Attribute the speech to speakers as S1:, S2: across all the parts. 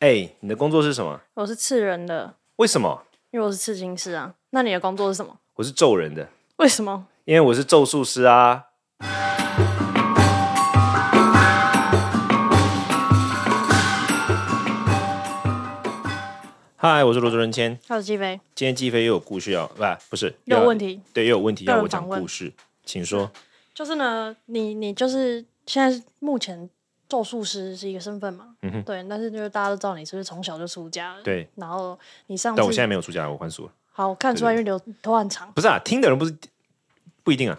S1: 哎、你的工作是什么？
S2: 我是刺人的，
S1: 为什么？
S2: 因为我是刺青师啊。那你的工作是什么？
S1: 我是咒人的，
S2: 为什么？
S1: 因为我是咒术师啊。嗨，我是罗卓人谦。
S2: 还有鸡飞
S1: 今天季飞又有故事要，不、不是
S2: 又
S1: 又
S2: 有
S1: 要
S2: 问题，
S1: 对，又有啊问题
S2: 个人
S1: 要我讲
S2: 访问
S1: 故事，请说。
S2: 就是呢，你你就是现在目前咒术师是一个身份嘛？
S1: 嗯哼
S2: 对，但是就是大家都知道你是不是从小就出家了？。
S1: 对，
S2: 然后你上次
S1: 但我现在没有出家，我还俗了。
S2: 好我看出来，因为留头很长。
S1: 不是啊，听的人不是不一定啊。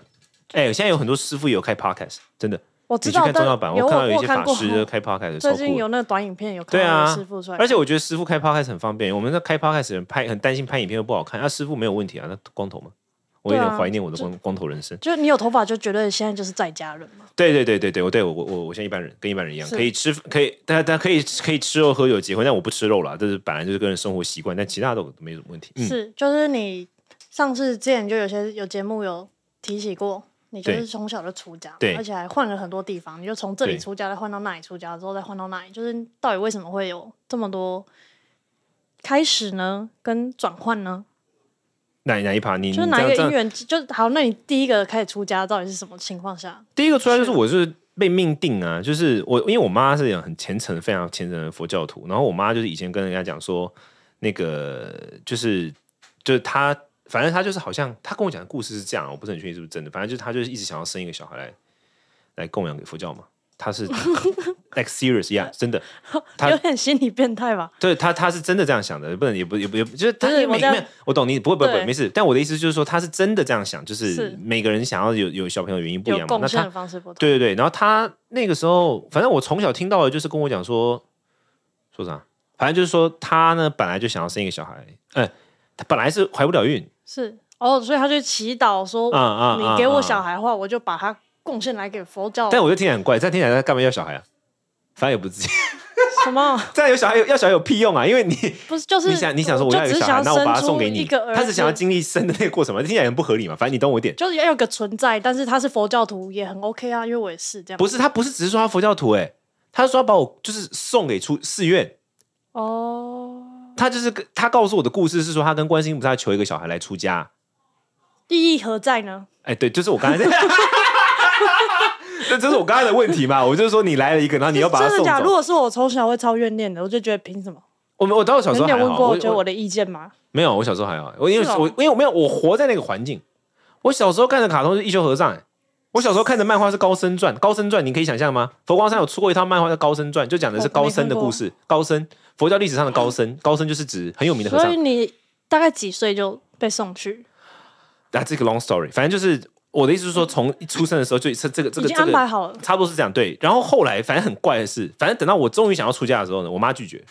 S1: 哎、现在有很多师傅也有开 podcast，真的，
S2: 我
S1: 你
S2: 知
S1: 去
S2: 道，
S1: 看
S2: 但
S1: 中药版，
S2: 有
S1: 我看到
S2: 我
S1: 有一些
S2: 看
S1: 法
S2: 过，
S1: 师开 podcast，超
S2: 最
S1: 酷
S2: 近
S1: 的。
S2: 有那个短影片，有看
S1: 对
S2: 到
S1: 啊
S2: 有师傅出来，
S1: 而且我觉得师傅开 podcast 很方便，我们在开 podcast 的人拍很担心拍影片会不好看，那、师傅没有问题啊，那光头嘛，我有
S2: 对啊
S1: 点怀念我的光、光头人生。
S2: 就是你有头发就绝对现在就是在家人嘛。
S1: 对对对对对，我对我我我我像一般人，跟一般人一样，
S2: 是
S1: 可以吃可以，大家大家可以可以吃肉喝酒结婚，但我不吃肉啦，这是本来就是个人生活习惯，但其他都没什么问题。嗯，
S2: 是，就是你上次之前就有些有节目有提起过，你就
S1: 对
S2: 是从小就出家，
S1: 对
S2: 而且还换了很多地方，你就从这里
S1: 对
S2: 出家，再换到那里出家，之后再换到那里，就是到底为什么会有这么多开始呢？跟转换呢？
S1: 哪哪一趴？你
S2: 就是
S1: 你
S2: 哪
S1: 这样
S2: 一个
S1: 这样，
S2: 因缘机？就好，那你第一个开始出家到底是什么情况下？
S1: 第一个出来就是我是被命定啊，就是我因为我妈是很虔诚、非常虔诚的佛教徒，然后我妈就是以前跟人家讲说，那个就是就是她，反正她就是好像她跟我讲的故事是这样，我不是很确定是不是真的，反正就是她就是一直想要生一个小孩来来供养给佛教嘛。她 是 like serious yeah，真的，他
S2: 有点心理变态吧？
S1: 对他，他是真的这样想的，不能也不也不也不就是他
S2: 不是
S1: 因为
S2: 我
S1: 每
S2: 这样
S1: 没有，我懂你，不会不会不
S2: 对
S1: 会没事。但我的意思就是说，他是真的这样想，就是
S2: 是
S1: 每个人想要有有小朋友的原因不一
S2: 有
S1: 样嘛。
S2: 贡
S1: 那
S2: 献的
S1: 他
S2: 方式不同，
S1: 对对对，然后他那个时候，反正我从小听到的就是跟我讲说说啥，反正就是说他呢本来就想要生一个小孩，哎、他本来是怀不了孕，
S2: 是哦，所以他就祈祷说，
S1: 啊啊，
S2: 你给我
S1: 啊
S2: 小孩的话，我就把他贡献来给佛教。
S1: 但我就听起来很怪，这样听起来他干嘛要小孩啊？反正也不自己，
S2: 什么？
S1: 这样有小孩有要小孩有屁用啊？因为你
S2: 不是， 就是
S1: 你想你想说我
S2: 就
S1: 要有
S2: 只
S1: 小
S2: 想
S1: 孩，那我把他
S2: 生
S1: 送给
S2: 出
S1: 你
S2: 一个，儿
S1: 他只想要
S2: 子
S1: 经历生的那个过程嘛，听起来很不合理嘛。反正你懂我一点。
S2: 就是要有个存在，但是他是佛教徒也很 OK 啊，因为我也是这样。
S1: 不是，他不是只是说他佛教徒、欸，他是说要把我就是送给出寺院。
S2: 哦，
S1: 他就是跟他告诉我的故事是说，他跟观世音菩萨求一个小孩来出家。
S2: 意义何在呢？
S1: 哎、对，就是我刚才 在，那这是我刚才的问题嘛？我就是说你来了一个，然后你要把他
S2: 真的
S1: 送
S2: 假的？如
S1: 走。
S2: 果是我从小会超怨念的，我就觉得凭什么？
S1: 我们我到小时候
S2: 你
S1: 还
S2: 有
S1: 好，
S2: 问过我觉得
S1: 我
S2: 我的意见吗？
S1: 没有，我小时候还好，我因为
S2: 是哦
S1: 我因为我没有我活在那个环境，我小时候看的卡通是一休和尚、欸我小时候看的漫画是《高僧传》，《高僧传》你可以想象吗？佛光山有出过一套漫画叫《高僧传》，就讲的是
S2: 我没
S1: 高僧的
S2: 看过
S1: 故事。高僧，佛教历史上的高僧，高僧就是指很有名的和
S2: 所
S1: 尚
S2: 以。你大概几岁就被送去？
S1: 啊，这个 long story，反正就是我的意思是说，从一出生的时候就这这个这
S2: 已
S1: 个
S2: 经
S1: 这
S2: 安排
S1: 个
S2: 好了。
S1: 差不多是这样对。然后后来反正很怪的是，反正等到我终于想要出家的时候呢，我妈拒绝。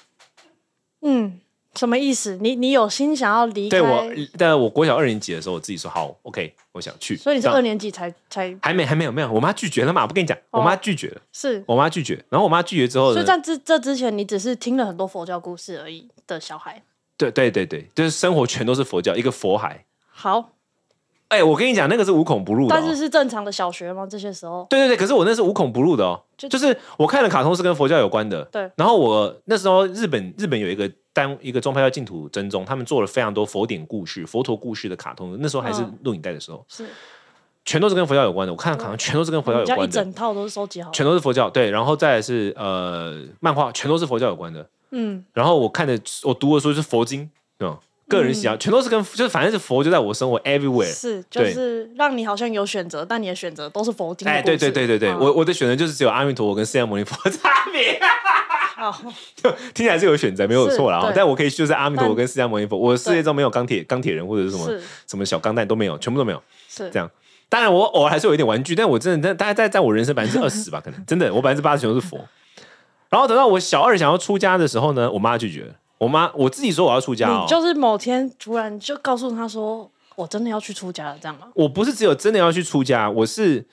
S2: 嗯，什么意思？你你有心想要离开？
S1: 对我，在我国小二年级的时候，我自己说好，OK，我想去。
S2: 所以你是
S1: 这样
S2: 二年级才才
S1: 还没还没有没有，我妈拒绝了嘛？我不跟你讲，我妈拒绝了，
S2: 是。
S1: 我妈拒绝。然后我妈拒绝之后
S2: 所
S1: 呢
S2: 以，在这这之前，你只是听了很多佛教故事而已的小孩。
S1: 对对对对，就是生活全都是佛教，一个佛海。
S2: 好，
S1: 哎，我跟你讲，那个是无孔不入的、哦。
S2: 但是是正常的小学吗？这些时候，
S1: 对对对，可是我那是无孔不入的哦，
S2: 就
S1: 就是我看的卡通是跟佛教有关的，
S2: 对
S1: 然后我那时候日本日本有一个单一个宗派叫净土真宗，他们做了非常多佛典故事、佛陀故事的卡通，那时候还是
S2: 嗯
S1: 录影带的时候，
S2: 是
S1: 全都是跟佛教有关的。我看的卡通全都是跟佛教
S2: 你
S1: 有
S2: 家一
S1: 关的，
S2: 整套都是收集好的。
S1: 全都是佛教。对，然后再来是呃漫画，全都是佛教有关的。
S2: 嗯，
S1: 然后我看的我读的书是佛经，嗯，个人喜好、全都是跟就是反正是佛就在我生活 everywhere。
S2: 是，就是让你好像有选择，但你的选择都是嗯佛经的
S1: 哎，对对对对对，
S2: 故事
S1: 我我的选择就是只有阿弥陀佛跟释迦牟尼佛的 差别。
S2: 啊好，
S1: 听起来是有选择，没有错啦。
S2: 是
S1: 哈
S2: 对
S1: 但我可以就是阿弥陀佛
S2: 但
S1: 跟释迦牟尼佛，我的世界中没有钢铁钢铁人或者是什么
S2: 是
S1: 什么小钢弹都没有，全部都没有。
S2: 是
S1: 这样当然我偶尔还是有一点玩具，但我真的大概在在我人生百分之二十吧， 可能真的我百分之八十全都是佛。然后等到我小二想要出家的时候呢，我妈拒绝了。我妈我自己说我要出家哦
S2: 你，就是某天突然就告诉他说，我真的要去出家了，这样吗？
S1: 我不是只有真的要去出家，我是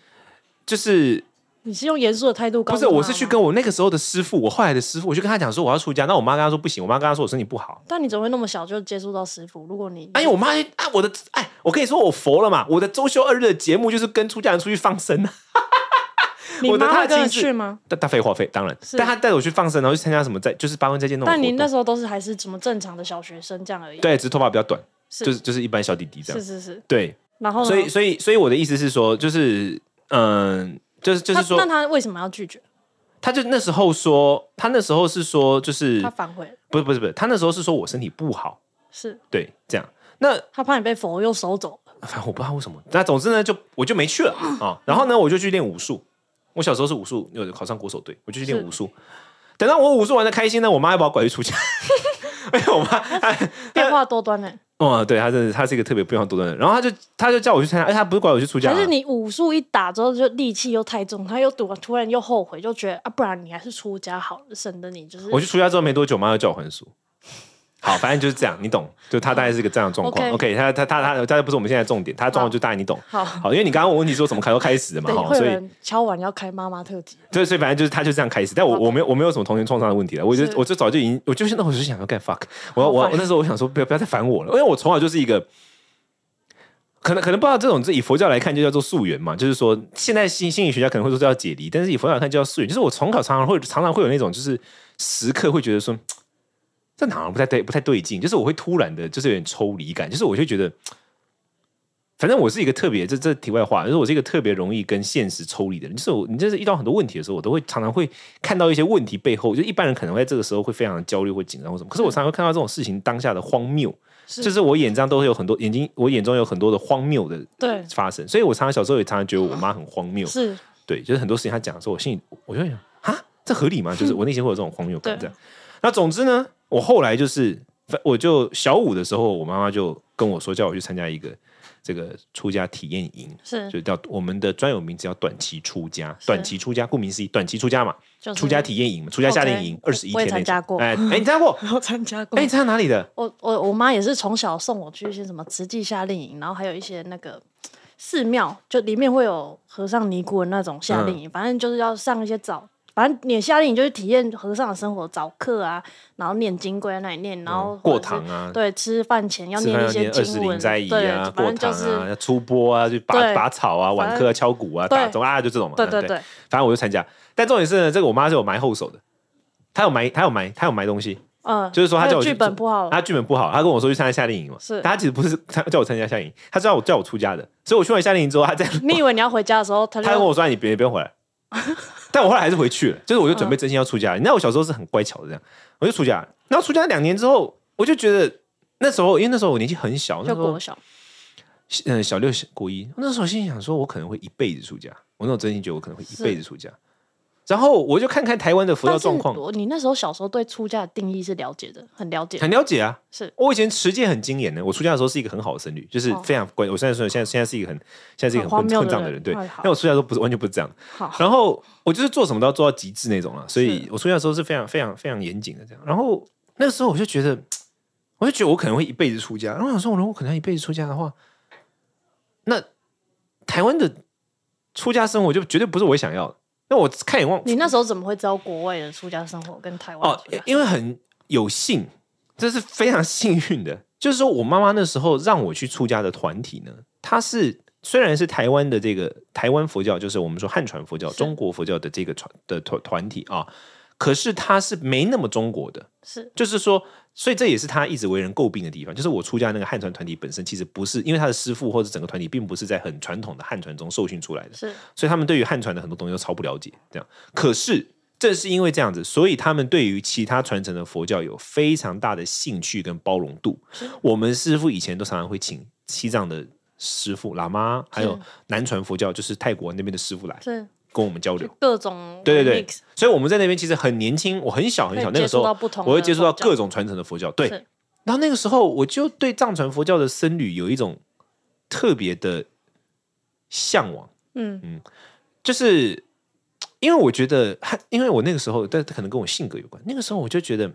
S1: 就是
S2: 你是用严肃的态度告
S1: 不
S2: 诉
S1: 是
S2: 他吗
S1: 我是去，跟我那个时候的师傅，我后来的师傅，我就跟他讲说我要出家。那我妈跟他说不行，我妈跟他说我身体不好。
S2: 但你怎么会那么小就接触到师傅？如果你
S1: 哎呦，我妈哎，我的哎，我跟你说，我佛了嘛，我的周休二日的节目就是跟出家人出去放生啊。
S2: 你
S1: 我的
S2: 妈
S1: 踏
S2: 会跟
S1: 青
S2: 你
S1: 是
S2: 去吗？
S1: 大啊大废话费当然，
S2: 是
S1: 但他带我去放生，然后去参加什么在就是八万再见那种活
S2: 但你
S1: 动，
S2: 那时候都是还是怎么正常的小学生这样而已。，
S1: 对，只是头发比较短，
S2: 是
S1: 就是就是一般小弟弟这
S2: 是嗯
S1: 样，
S2: 是是。
S1: 对，
S2: 然后呢？
S1: 所以所以所以我的意思是说，就是嗯、就是就是说
S2: 那，那他为什么要拒绝？
S1: 他就那时候说，他那时候是说，就是
S2: 他反悔了，
S1: 不是不是不是，他那时候是说我身体不好，
S2: 是
S1: 对，这样。那
S2: 他怕你被佛又收走了。
S1: 反正我不知道为什么，那总之呢，就我就没去了
S2: 嗯
S1: 啊。然后呢，我就去练武术。我小时候是武术，有考上国手队，我就去练
S2: 是
S1: 武术。等到我武术玩的开心呢，我妈又把我拐去出家。 哎呀，我妈
S2: 变化多端欸呢、
S1: 哦，对她真的，她是一个特别不一样的多的人。然后她就她就叫我去参加，哎，她不是拐我去出家、
S2: 还
S1: 啊
S2: 是，你武术一打之后就力气又太重，他又突突然又后悔，就觉得啊，不然你还是出家好了，省得你就是
S1: 我去出家之后没多久，我妈又叫我还俗。好，反正就是这样，你懂，就她大概是个这样的状况。
S2: OK
S1: OK，她她她她她不是我们现在的重点，她的状况就大概你懂。
S2: 好。
S1: 好，因为你刚刚我问题说怎么开头开始的嘛，
S2: 对，
S1: 哈，
S2: 会有
S1: 所以
S2: 人敲碗要开妈妈特辑，
S1: 对，所以反正就是他就这样开始，但我我没有我没有什么童年创伤的问题了，我就是我就早就已经，我就是那会儿就想要干 fuck，我要
S2: 好
S1: 我要
S2: 烦
S1: 我那时候我想说不要不要再烦我了，因为我从小就是一个，可能可能不知道这种，以佛教来看就叫做溯源嘛，就是说现在心心理学家可能会说这叫解离，但是以佛教来看就叫溯源，就是我从小常常会常常会有那种就是时刻会觉得说这哪儿不太对不太对劲，就是我会突然的就是有点抽离感，就是我就觉得。反正我是一个特别，这这题外话，就是我是一个特别容易跟现实抽离的人。就是我，你就是遇到很多问题的时候，我都会常常会看到一些问题背后，就一般人可能会在这个时候会非常焦虑或紧张或什么。可是我常常会看到这种事情当下的荒谬，
S2: 嗯是
S1: 就是我眼中都会有很多眼睛，我眼中有很多的荒谬的
S2: 对，
S1: 发生。所以我常常小时候也常常觉得我妈很荒谬，
S2: 是
S1: 对，就是很多事情她讲的时候，我心里我就会想啊，这合理吗？就是我内心会有这种荒谬感
S2: 嗯对
S1: 这样。那总之呢，我后来就是，反我就小五的时候，我妈妈就跟我说，叫我去参加一个这个出家体验营，
S2: 是，
S1: 就叫我们的专有名字叫短期出家。短期出家，顾名思义，短期出家嘛，
S2: 就是
S1: 出家体验营嘛，出家夏令营，二十一
S2: 我
S1: 天那
S2: 也参
S1: 种
S2: 加过嗯
S1: 哎哎，你参加过？
S2: 我参加过
S1: 哎，你参加哪里的？
S2: 我我我妈也是从小送我去一些什么慈济夏令营，然后还有一些那个寺庙，就里面会有和尚尼姑的那种夏
S1: 嗯
S2: 令营，反正就是要上一些早，反正你的夏令营就是体验和尚的生活，早课啊，然后念经跪在那里念，然后
S1: 嗯过
S2: 或者是
S1: 堂啊，
S2: 对，吃饭前要
S1: 吃饭
S2: 念一
S1: 要
S2: 些
S1: 念二十
S2: 经
S1: 零
S2: 文，
S1: 斋仪
S2: 对，
S1: 啊，过
S2: 反正
S1: 堂
S2: 就是、
S1: 啊，要出波啊，去拔
S2: 对
S1: 拔草啊，
S2: 反
S1: 晚
S2: 正
S1: 课啊，敲鼓啊，打
S2: 对
S1: 钟啊，就这种嘛。
S2: 对
S1: 嗯
S2: 对对，
S1: 反正我就参加。但重点是呢，这个我妈是有埋后手的，她有埋，她有埋，她有埋东西。
S2: 嗯，
S1: 就是说她
S2: 还
S1: 叫
S2: 有
S1: 我去
S2: 剧本不好，
S1: 她剧本不好，她跟我说去参加夏令营嘛。
S2: 哦是
S1: 但她其实不是她叫我参加夏令营，她知道我叫我出家的，所以我去完夏令营之后，她在
S2: 你以为你要回家的时候，他就
S1: 她跟我说：“你别你不用回 来。”但我后来还是回去了，就是我就准备真心要出家了。你知道我小时候是很乖巧的，这样我就出家了。然后出家两年之后，我就觉得那时候因为那时候我年纪很小，那
S2: 就
S1: 时候
S2: 国小，
S1: 嗯，小六、小国一那时候心里想说，我可能会一辈子出家。我那时候真心觉得我可能会一辈子出家。然后我就看看台湾的佛教
S2: 但是
S1: 状况，
S2: 我你那时候小时候对出家的定义是了解的，很了解，
S1: 很了解啊。
S2: 是
S1: 我以前持戒很精严的，我出家的时候是一个很好的僧侣，就是
S2: 哦
S1: 非常乖。我现在说，现在现在是一个很现在是一个很
S2: 很荒
S1: 混
S2: 谬的
S1: 混账的人，
S2: 人
S1: 对。
S2: 哎好
S1: 但我出家的时候不是完全不是这样。
S2: 好，
S1: 然后我就是做什么都要做到极致那种了，啊所以
S2: 是
S1: 我出家的时候是非常非常非常严谨的这样。然后那时候我就觉得，我就觉得我可能会一辈子出家。然后我想说，如果我可能要一辈子出家的话，那台湾的出家生活就绝对不是我想要的。那我看眼望
S2: 你那时候怎么会知道国外的出家生活跟台湾
S1: 哦
S2: 的出家生活？，
S1: 因为很有幸，这是非常幸运的。 就是说我妈妈那时候让我去出家的团体呢，它是虽然是台湾的这个台湾佛教，就是我们说汉传佛教、
S2: 是
S1: 中国佛教的这个传的团团体啊，可是它是没那么中国的。
S2: 是
S1: 就是说，所以这也是他一直为人诟病的地方，就是我出家那个汉传团体本身其实不是，因为他的师傅或者整个团体并不是在很传统的汉传中受训出来的，
S2: 是
S1: 所以他们对于汉传的很多东西都超不了解。这样，可是正是因为这样子，所以他们对于其他传承的佛教有非常大的兴趣跟包容度
S2: 是。
S1: 我们师傅以前都常常会请西藏的师傅喇嘛，还有南传佛教，就是泰国那边的师傅来
S2: 是
S1: 跟我们交流
S2: 就。各种
S1: 对对对
S2: mix，，
S1: 所以我们在那边其实很年轻，我很小很小，
S2: 可以
S1: 那个
S2: 接
S1: 时
S2: 触
S1: 候
S2: 到不同的
S1: 我会接触到
S2: 佛教
S1: 各种传承的佛教。对
S2: 是，
S1: 然后那个时候我就对藏传佛教的僧侣有一种特别的向往，
S2: 嗯
S1: 就是因为我觉得汉，因为我那个时候，但可能跟我性格有关。那个时候我就觉得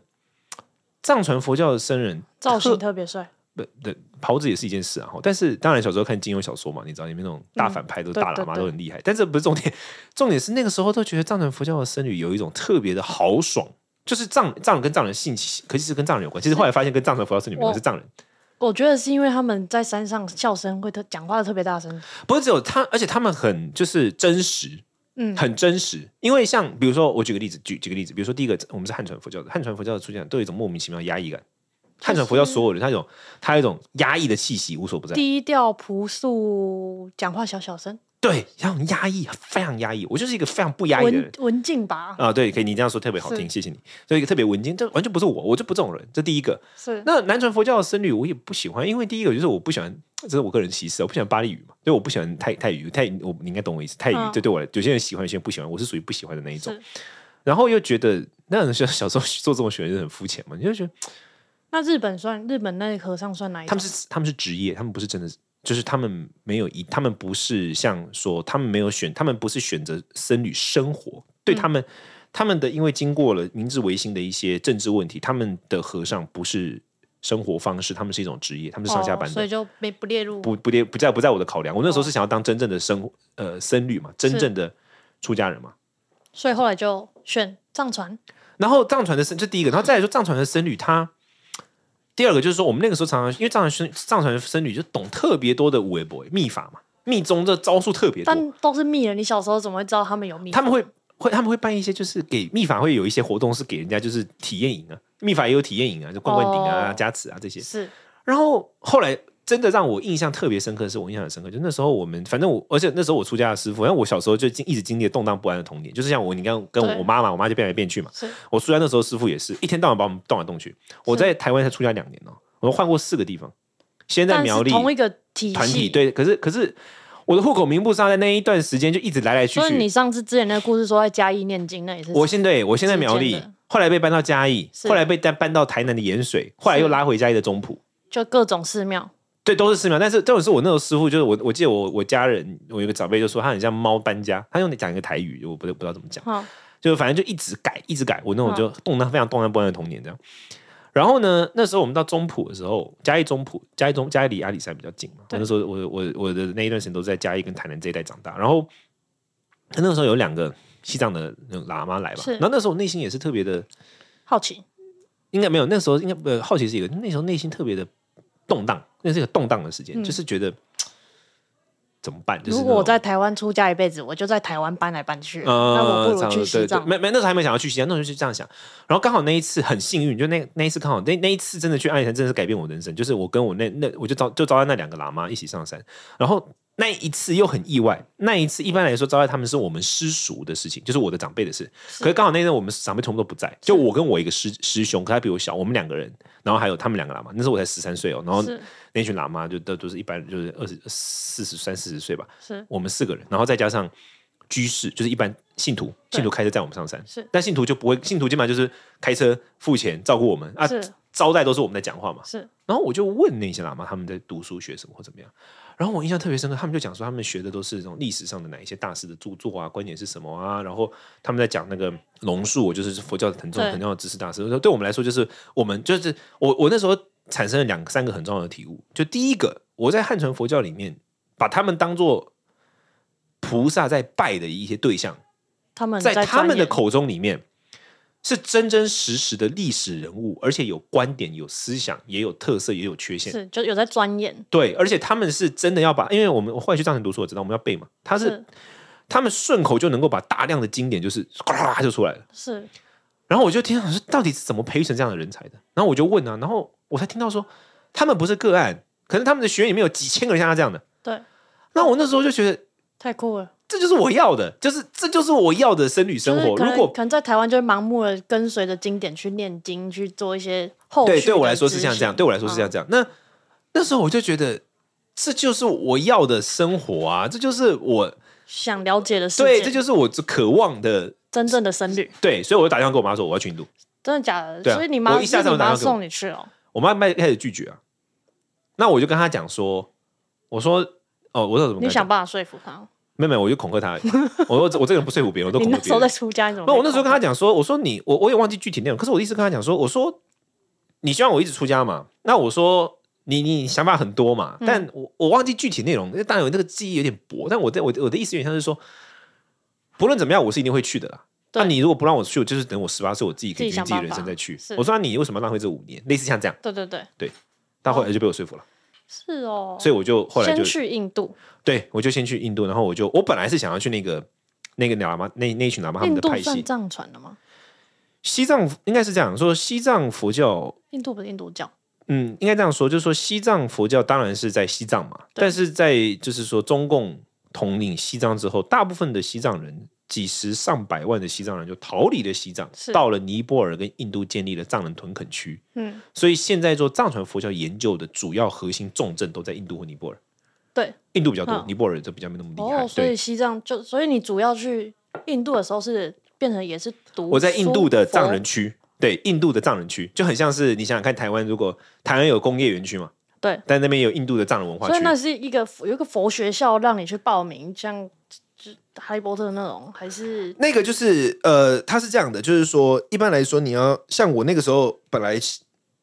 S1: 藏传佛教的僧人
S2: 造型
S1: 特
S2: 特别帅，
S1: 不对，袍子也是一件事啊。吼但是当然小时候看金庸小说嘛，你知道里面那种大反派都、
S2: 嗯对
S1: 大喇嘛
S2: 对对
S1: 都很厉害，但这不是重点，重点是那个时候都觉得藏传佛教的僧侣有一种特别的豪爽。就是藏藏人跟藏人性起，可是是跟藏人有关。其实后来发现跟藏传佛教僧侣没有
S2: 我
S1: 关，是藏人。
S2: 我觉得是因为他们在山上笑声会特讲话的特别大声，
S1: 不是只有他，而且他们很就是真实，嗯，很真实。因为像比如说，我举个例子，举举个例子，比如说第一个，我们是汉传佛教的，汉传佛教的出现都有一种莫名其妙的压抑感。汉传佛教所有人，他有他有一种压抑的气息，无所不在。
S2: 低调朴素，讲话小小声，
S1: 对，然后很压抑，非常压抑。我就是一个非常不压抑的
S2: 文
S1: 人
S2: 文静吧？
S1: 啊、对，可以，你这样说特别好听，
S2: 是
S1: 谢谢你。所以一个特别文静，这完全不是我，我就不这种人。这第一个。
S2: 是，
S1: 那南传佛教的僧侣我也不喜欢，因为第一个就是我不喜欢，这是我个人歧视，我不喜欢巴利语嘛，所以我不喜欢泰泰语，泰语我你应该懂我意思，泰语
S2: 嗯
S1: 这对我来，有些人喜欢，有些人不喜欢，我是属于不喜欢的那一种
S2: 是。
S1: 然后又觉得那种小小时候做这种选择就很肤浅嘛，你就觉得
S2: 那日本算日本那和尚算哪一
S1: 他
S2: 种
S1: 们？是他们是职业，他们不是真的，就是他们没有一，他们不是像说他们没有选，他们不是选择僧侣生活，
S2: 嗯
S1: 对他们、他们的因为经过了明治维新的一些政治问题，他们的和尚不是生活方式，他们是一种职业，他们是上下班
S2: 哦，
S1: 的。
S2: 所以就没不列入。
S1: 不不列不在不在我的考量，我那时候
S2: 哦
S1: 是想要当真正的生活呃僧侣嘛，真
S2: 是
S1: 正的出家人嘛。
S2: 所以后来就选藏传，
S1: 然后藏传的僧，这第一个，然后再来说藏传的僧侣，他第二个就是说，我们那个时候常常因为藏传僧藏传僧侣就懂特别多的五 A boy 秘法嘛，密宗这招数特别多，
S2: 但都是密人。你小时候怎么会知道他们有密？
S1: 他们会会他们会办一些就是给秘法会有一些活动是给人家就是体验营啊，秘法也有体验营啊，就灌灌顶啊、
S2: 哦
S1: 加持啊这些。
S2: 是
S1: 然后后来真的让我印象特别深刻的是，我印象很深刻，就那时候我们反正我，而且那时候我出家的师傅，因为我小时候就经一直经历了动荡不安的童年，就是像我你刚跟
S2: 对
S1: 我妈妈，我妈就变来变去嘛
S2: 是。
S1: 我出家那时候师傅也是一天到晚把我们动来动去。我在台湾才出家两年哦、我换过四个地方，先在
S2: 但
S1: 苗
S2: 是
S1: 栗
S2: 同一个体
S1: 团体
S2: 系。
S1: 对，可是可是我的户口名簿上在那一段时间就一直来来去
S2: 所以
S1: 去。
S2: 你上次之前那个故事说在嘉义念经，那也是
S1: 我现在我现在苗
S2: 之
S1: 栗
S2: 间的，
S1: 后来被搬到嘉义，
S2: 是
S1: 后来被搬搬到台南的盐水，后来又
S2: 是
S1: 拉回嘉义的中埔。
S2: 就各种寺庙，
S1: 对，都是寺庙。但是这种是我那时候师傅，就是我，我记得我我家人，我有个长辈就说他很像猫搬家，他用讲一个台语，我不不知道怎么讲，
S2: 哈，
S1: 就反正就一直改，一直改。我那种
S2: 嗯
S1: 就动荡非常动荡不安的童年这样。然后呢，那时候我们到中埔的时候，嘉义中埔，嘉义中嘉义离阿里山比较近嘛。
S2: 对
S1: 那时候我我我的那一段时间都在嘉义跟台南这一带长大。然后那个时候有两个西藏的那种喇嘛来吧，
S2: 是
S1: 然后那时候我内心也是特别的，
S2: 好奇
S1: 应该没有，那时候应该呃好奇是一个，那时候内心特别的动荡，那是一个动荡的时间，
S2: 嗯
S1: 就是觉得嘖怎么办？就是
S2: 如
S1: 那
S2: 果我
S1: 种
S2: 在台湾出家一辈子，我就在台湾搬来搬去，
S1: 呃，
S2: 那我不如
S1: 差
S2: 去
S1: 多
S2: 西
S1: 对对，
S2: 藏。
S1: 没没，那时候还没想要去西藏，那时候就这样想。然后刚好那一次很幸运，就那那一次刚好那那一次真的去阿里山，真的是改变我人生。就是我跟我那那我就招就招待那两个喇嘛一起上山，然后那一次又很意外。那一次一般来说招待他们是我们师叔的事情，就是我的长辈的事。可是刚好那天我们长辈全部都不在，就我跟我一个师师兄，可他比我小，我们两个人，然后还有他们两个喇嘛。那时候我才十三岁哦，然后
S2: 是
S1: 那群喇嘛就都都是一般就是二十四十三四十岁吧，
S2: 是
S1: 我们四个人，然后再加上居士，就是一般信徒，
S2: 对
S1: 信徒开车载我们上山。
S2: 是
S1: 但信徒就不会，信徒基本上就是开车付钱照顾我们啊
S2: 是，
S1: 招待都是我们在讲话嘛。
S2: 是，
S1: 然后我就问那些喇嘛他们在读书学什么或怎么样，然后我印象特别深刻，他们就讲说他们学的都是这种历史上的哪一些大师的著作啊，观点是什么啊，然后他们在讲那个龙树，就是佛教的很重
S2: 对
S1: 很重要的知识大师。对我们来说，就是我们就是我我那时候产生了两三个很重要的体悟，就第一个，我在汉传佛教里面把他们当做菩萨在拜的一些对象，
S2: 他们
S1: 在他
S2: 钻
S1: 们的
S2: 研
S1: 口中里面，是真真实实的历史人物，而且有观点、有思想、也有特色、也有缺陷。
S2: 是就有在钻研，
S1: 对，而且他们是真的要把，因为我们我后来去藏传读书，我知道我们要背嘛，他是
S2: 是
S1: 他们顺口就能够把大量的经典就是哗啦啦就出来了。
S2: 是
S1: 然后我就听到说，到底是怎么培育成这样的人才的？然后我就问啊，然后我才听到说，他们不是个案，可是他们的学院里面有几千个人像他这样的。
S2: 对，
S1: 那我那时候就觉得，
S2: 太酷了。
S1: 这就是我要的，就是这就是我要的僧侣生
S2: 就是
S1: 活。
S2: 可
S1: 如
S2: 能
S1: 果
S2: 可能在台湾就会盲目的跟随着经典去念经，去做一些后续
S1: 对，
S2: 的
S1: 对我来说是像
S2: 执
S1: 这样，
S2: 行
S1: 对我来说是像
S2: 嗯
S1: 这样。那那时候我就觉得，这就是我要的生活啊，这就是我
S2: 想了解的世界，
S1: 对，这就是我渴望的。
S2: 真正的僧侣，
S1: 对，所以我就打电话跟我妈说我要去印度，
S2: 真的假的？
S1: 对啊
S2: 所以你妈
S1: 我一下
S2: 是
S1: 子
S2: 你
S1: 我打电
S2: 妈
S1: 话给我
S2: 送你去哦，
S1: 我妈妈开始拒绝啊。那我就跟她讲说，我说哦，我说怎么跟她
S2: 你
S1: 讲
S2: 想办法说服她。
S1: 没有没有，我就恐吓她而已。我说我这个人不说服别人，我都
S2: 你
S1: 恐吓
S2: 那时
S1: 别
S2: 候在
S1: 人。
S2: 出家，你怎么
S1: 那
S2: 没空？
S1: 我那时候跟她讲说，我说你我我也忘记具体内容，可是我的意思跟她讲说，我说你希望我一直出家嘛？那我说你你想法很多
S2: 嗯
S1: 嘛，但我我忘记具体内容，因为当然我那个记忆有点薄，但我的我的我的意思有点像是说，不论怎么样，我是一定会去的啦。
S2: 对
S1: 那你如果不让我去，我就是等我十八岁，我自己可以
S2: 自己
S1: 决定
S2: 想
S1: 自己
S2: 办
S1: 人生
S2: 法
S1: 再去
S2: 是。哦
S1: 我说那啊你为什么要浪费这五年？类似像这样，
S2: 对对对，
S1: 但后来就被我说服了。
S2: 是哦。
S1: 所以我就后来就
S2: 先去印度，
S1: 对我就先去印度，然后我就我本来是想要去那个那个喇嘛那那一群喇嘛他
S2: 印
S1: 们的
S2: 度
S1: 派
S2: 算
S1: 系。
S2: 藏传的吗？
S1: 西藏应该是这样说，西藏佛教，
S2: 印度不是印度教，
S1: 嗯，应该这样说，就是说西藏佛教当然是在西藏嘛，
S2: 对
S1: 但是在就是说中共统领西藏之后，大部分的西藏人。几十上百万的西藏人就逃离了西藏
S2: 是，
S1: 到了尼泊尔跟印度建立了藏人屯垦区，
S2: 嗯，
S1: 所以现在做藏传佛教研究的主要核心重镇都在印度和尼泊尔。
S2: 对，
S1: 印度比较多
S2: 嗯，
S1: 尼泊尔就比较没那么厉害。
S2: 哦，所以
S1: 对，
S2: 西藏就，所以你主要去印度的时候是变成也是读
S1: 我在印度的
S2: 书
S1: 藏人，区，对，印度的藏人区就很像是你想想看，台湾如果台湾有工业园区嘛，
S2: 对，
S1: 但那边也有印度的藏人文化
S2: 所以那
S1: 区。
S2: 是一个佛有一个佛学校让你去报名，像就哈利波特那种，还是
S3: 那个就是呃，他是这样的，就是说，一般来说，你要像我那个时候，本来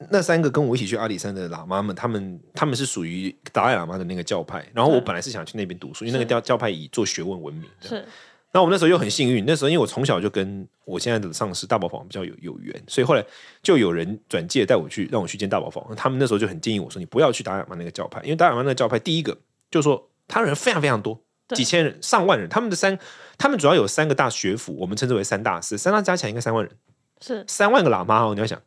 S3: 那三个跟我一起去阿里山的喇嘛们，
S1: 他们他们是属于达赖喇嘛的那个教派，然后我
S2: 嗯
S1: 本来是想去那边读书，因为那
S2: 是
S1: 个教教派以做学问闻名。这样
S2: 是
S1: 那我们那时候又很幸运，那时候因为我从小就跟我现在的上司大宝坊比较有有缘，所以后来就有人转介带我去，让我去见大宝坊。他们那时候就很建议我说，你不要去达雅玛那个教派，因为达雅玛那个教派，第一个就是说他人非常非常多，
S2: 对
S1: 几千人、上万人。他们的三，他们主要有三个大学府，我们称之为三大寺，三大加起来应该三万人，
S2: 是
S1: 三万个喇嘛哦，你要想。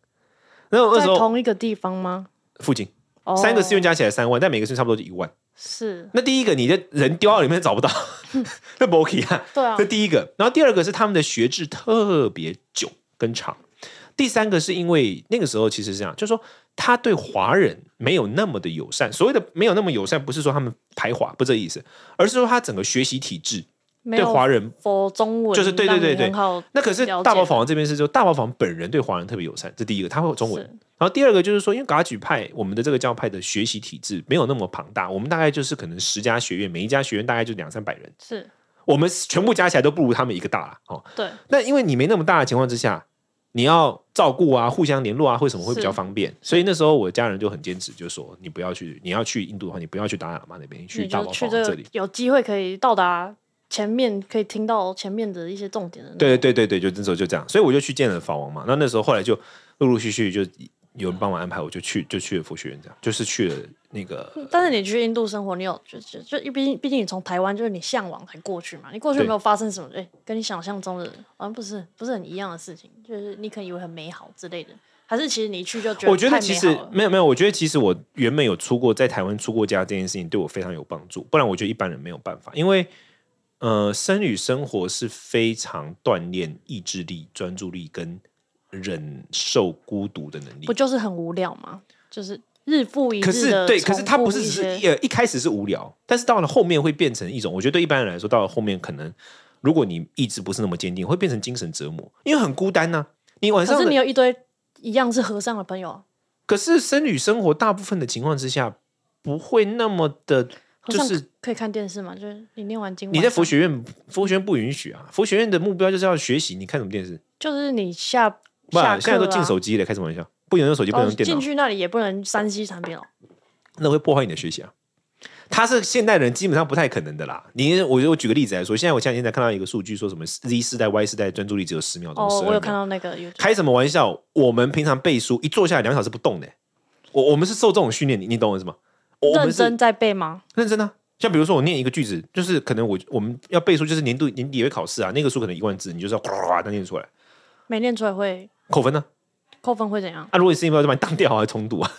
S1: 那我那
S2: 在
S1: 时候
S2: 同一个地方吗？
S1: 附近
S2: 哦，
S1: 三个寺院加起来三万，但每个寺院差不多就一万。
S2: 是，
S1: 那第一个，你的人丢到里面找 不到，那 b o k 啊，
S2: 对啊
S1: 这，第一个，然后第二个是他们的学制特别久跟长。第三个是因为那个时候其实是这样，就是说他对华人没有那么的友善。所谓的没有那么友善，不是说他们排华，不是这意思，而是说他整个学习体制
S2: 没
S1: 对
S2: 有
S1: 华人。
S2: 佛中文
S1: 就是对对对
S2: 让你
S1: 对
S2: 很好
S1: 那可是
S2: 了解
S1: 大宝坊这边是就大宝坊本人对华人特别友善，这第一个，他会有中文。
S2: 是
S1: 然后第二个就是说，因为噶举派我们的这个教派的学习体制没有那么庞大，我们大概就是可能十家学院，每一家学院大概就两三百人，
S2: 是，
S1: 我们全部加起来都不如他们一个大啦。哦。
S2: 对
S1: 那因为你没那么大的情况之下，你要照顾啊，互相联络啊，会什么会比较方便？所以那时候我家人就很坚持，就说你不要去，你要去印度的话，你不要去达赖喇嘛那边，你去
S2: 你
S1: 大
S2: 就
S1: 宝
S2: 去
S1: 坊
S2: 这
S1: 这
S2: 个
S1: 里。
S2: 有机会可以到达前面，可以听到前面的一些重点的。
S1: 对，对对对对，就那时候就这样，所以我就去见了法王嘛。那那时候后来就陆陆续续就有人帮我安排，我就去就去了佛学院，这样就是去了那个
S2: 但是你去印度生活，你有就就就毕竟毕竟你从台湾就是你向往才过去嘛，你过去有
S1: 对
S2: 没有发生什么？哎、跟你想象中的好像不是不是很一样的事情，就是你可能以为很美好之类的，还是其实你一去就觉
S1: 我觉
S2: 太
S1: 得其实
S2: 美好了
S1: 没有没有，我觉得其实我原本有出过在台湾出过家这件事情对我非常有帮助，不然我觉得一般人没有办法，因为呃，生与生活是非常锻炼意志力、专注力跟忍受孤独的能力
S2: 不。就是很无聊吗？就是日复一
S1: 可
S2: 日
S1: 是
S2: 的
S1: 对，可是它不是
S2: 重
S1: 只
S2: 复
S1: 是
S2: 一
S1: 一
S2: 些
S1: 呃一开始是无聊，但是到了后面会变成一种，我觉得对一般人来说，到了后面可能如果你意志不是那么坚定，会变成精神折磨，因为很孤单呐、啊你晚上
S2: 可是
S1: 的
S2: 你有一堆一样是和尚的朋友啊，
S1: 可是僧侣生活大部分的情况之下不会那么的，
S2: 和
S1: 就
S2: 尚
S1: 是
S2: 可以看电视嘛，就是你念完经，
S1: 你在佛，学院，佛学院不允许啊。佛学院的目标就是要学习，你看什么电视？
S2: 就是你下
S1: 不
S2: 下
S1: 然、
S2: 课
S1: 现在都
S2: 啊
S1: 进手机了，开什么玩笑？不能用手机，不能
S2: 哦
S1: 用电
S2: 进
S1: 脑，
S2: 去那里也不能三 C 产品哦，
S1: 那会破坏你的学习啊。他是现代人基本上不太可能的啦。你我我举个例子来说，现在我前两天才看到一个数据，说什么 Z 世代、Y 世代专注力只有十秒钟，
S2: 哦，
S1: 12
S2: 我有
S1: 秒
S2: 看到那个 YouTube，
S1: 开什么玩笑？我们平常背书一坐下来两小时不动的、我我们是受这种训练，你你懂我意思吗？我我
S2: 认
S1: 们是
S2: 真在背吗？
S1: 认真啊。像比如说，我念一个句子，就是可能我我们要背书，就是年度年底会考试啊，那个书可能一万字，你就是要咵的念出来，
S2: 没念出来会
S1: 扣分呢、啊
S2: 扣分会怎样
S1: 啊？？啊，如果你事情不要就把你当掉啊，重 读啊，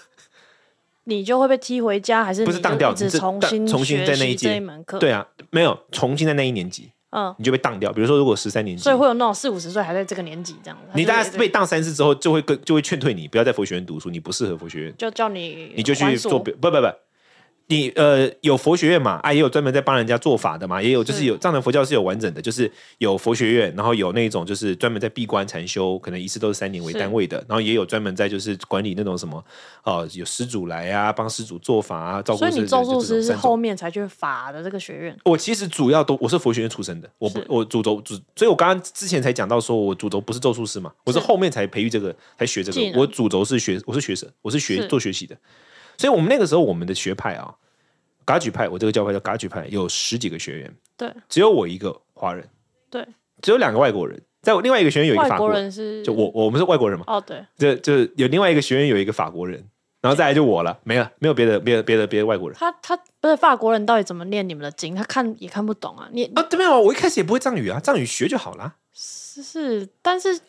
S2: 你就会被踢回家，还是
S1: 不
S2: 你
S1: 是
S2: 就
S1: 当掉
S2: 一直
S1: 你是
S2: 重
S1: 当
S2: 新
S1: 重新
S2: 学
S1: 在那
S2: 习
S1: 一届
S2: 这一门课？，
S1: 对啊，没有重新在那一年级
S2: 嗯，
S1: 你就被当掉。比如说，如果十三年级
S2: 所以，会有那种四五十岁还在这个年级这样子，
S1: 你大
S2: 他
S1: 概
S2: 就
S1: 被当三次之后，就会跟就会劝退你，不要在佛学院读书，你不适合佛学院，
S2: 就叫你
S1: 你就去
S2: 还俗
S1: 做别不不不。你呃有佛学院嘛？啊，也有专门在帮人家做法的嘛，也有就是
S2: 是
S1: 有藏传佛教是有完整的，就是有佛学院，然后有那种就是专门在闭关禅修，可能一次都是三年为
S2: 是
S1: 单位的，然后也有专门在就是管理那种什么呃有施主来啊，帮施主做法啊，照顾
S2: 所以
S1: 施
S2: 你
S1: 主
S2: 咒术师是。
S1: 就这种
S2: 后
S1: 三种
S2: 面才去法的这个学院，
S1: 我其实主要都我是佛学院出身的，我不
S2: 是
S1: 我主轴主，所以我刚刚之前才讲到说我主轴不是咒术师嘛，我是
S2: 是
S1: 后面才培育这个才学这
S2: 技
S1: 个，
S2: 能
S1: 我主轴是学我是学生，我是学
S2: 是
S1: 做学习的，所以我们那个时候我们的学派啊，噶举派，我这个教派叫噶举派，有十几个学员，
S2: 对
S1: 只有我一个华人，
S2: 对，
S1: 只有两个外国人，在我另外一个学院有一个
S2: 外
S1: 法
S2: 国
S1: 国
S2: 人是
S1: 就我我们是外国人嘛，
S2: 哦对
S1: 这就有另外一个学院有一个法国人，然后再来就我了，没了，没有别的别的别的别的外国人
S2: 他他不是法国人，到底怎么念你们的经？他看也看不懂啊。你
S1: 啊，对没有，我一开始也不会藏语啊，藏语学就好啦。
S2: 是是，但是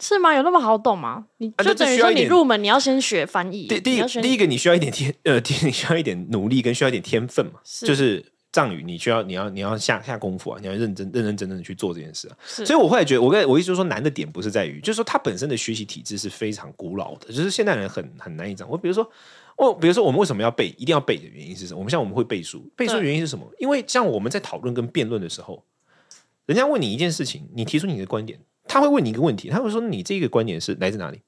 S2: 是吗？有那么好懂吗？你
S1: 啊
S2: 就
S1: 这这
S2: 等于
S1: 需要
S2: 说
S1: 一
S2: 你
S1: 点
S2: 入门，你要先学翻译，
S1: 第第
S2: 你
S1: 一
S2: 要学
S1: 第一个，你需要一点天呃， 第你需要一点努力，跟需要一点天分嘛，
S2: 是
S1: 就是藏语，你需要你要你要下下功夫啊，你要认真认认真真的去做这件事啊。
S2: 是
S1: 所以我后来觉得，我跟我意思就是说，难的点不是在于，就是说它本身的学习体制是非常古老的，就是现代人很很难以掌握。比如说，我比如说我们为什么要背，一定要背的原因是什么？我们像我们会背书，背书的
S2: 对
S1: 原因是什么？因为像我们在讨论跟辩论的时候，人家问你一件事情，你提出你的观点，他会问你一个问题，他会说你这个观点是来自哪里？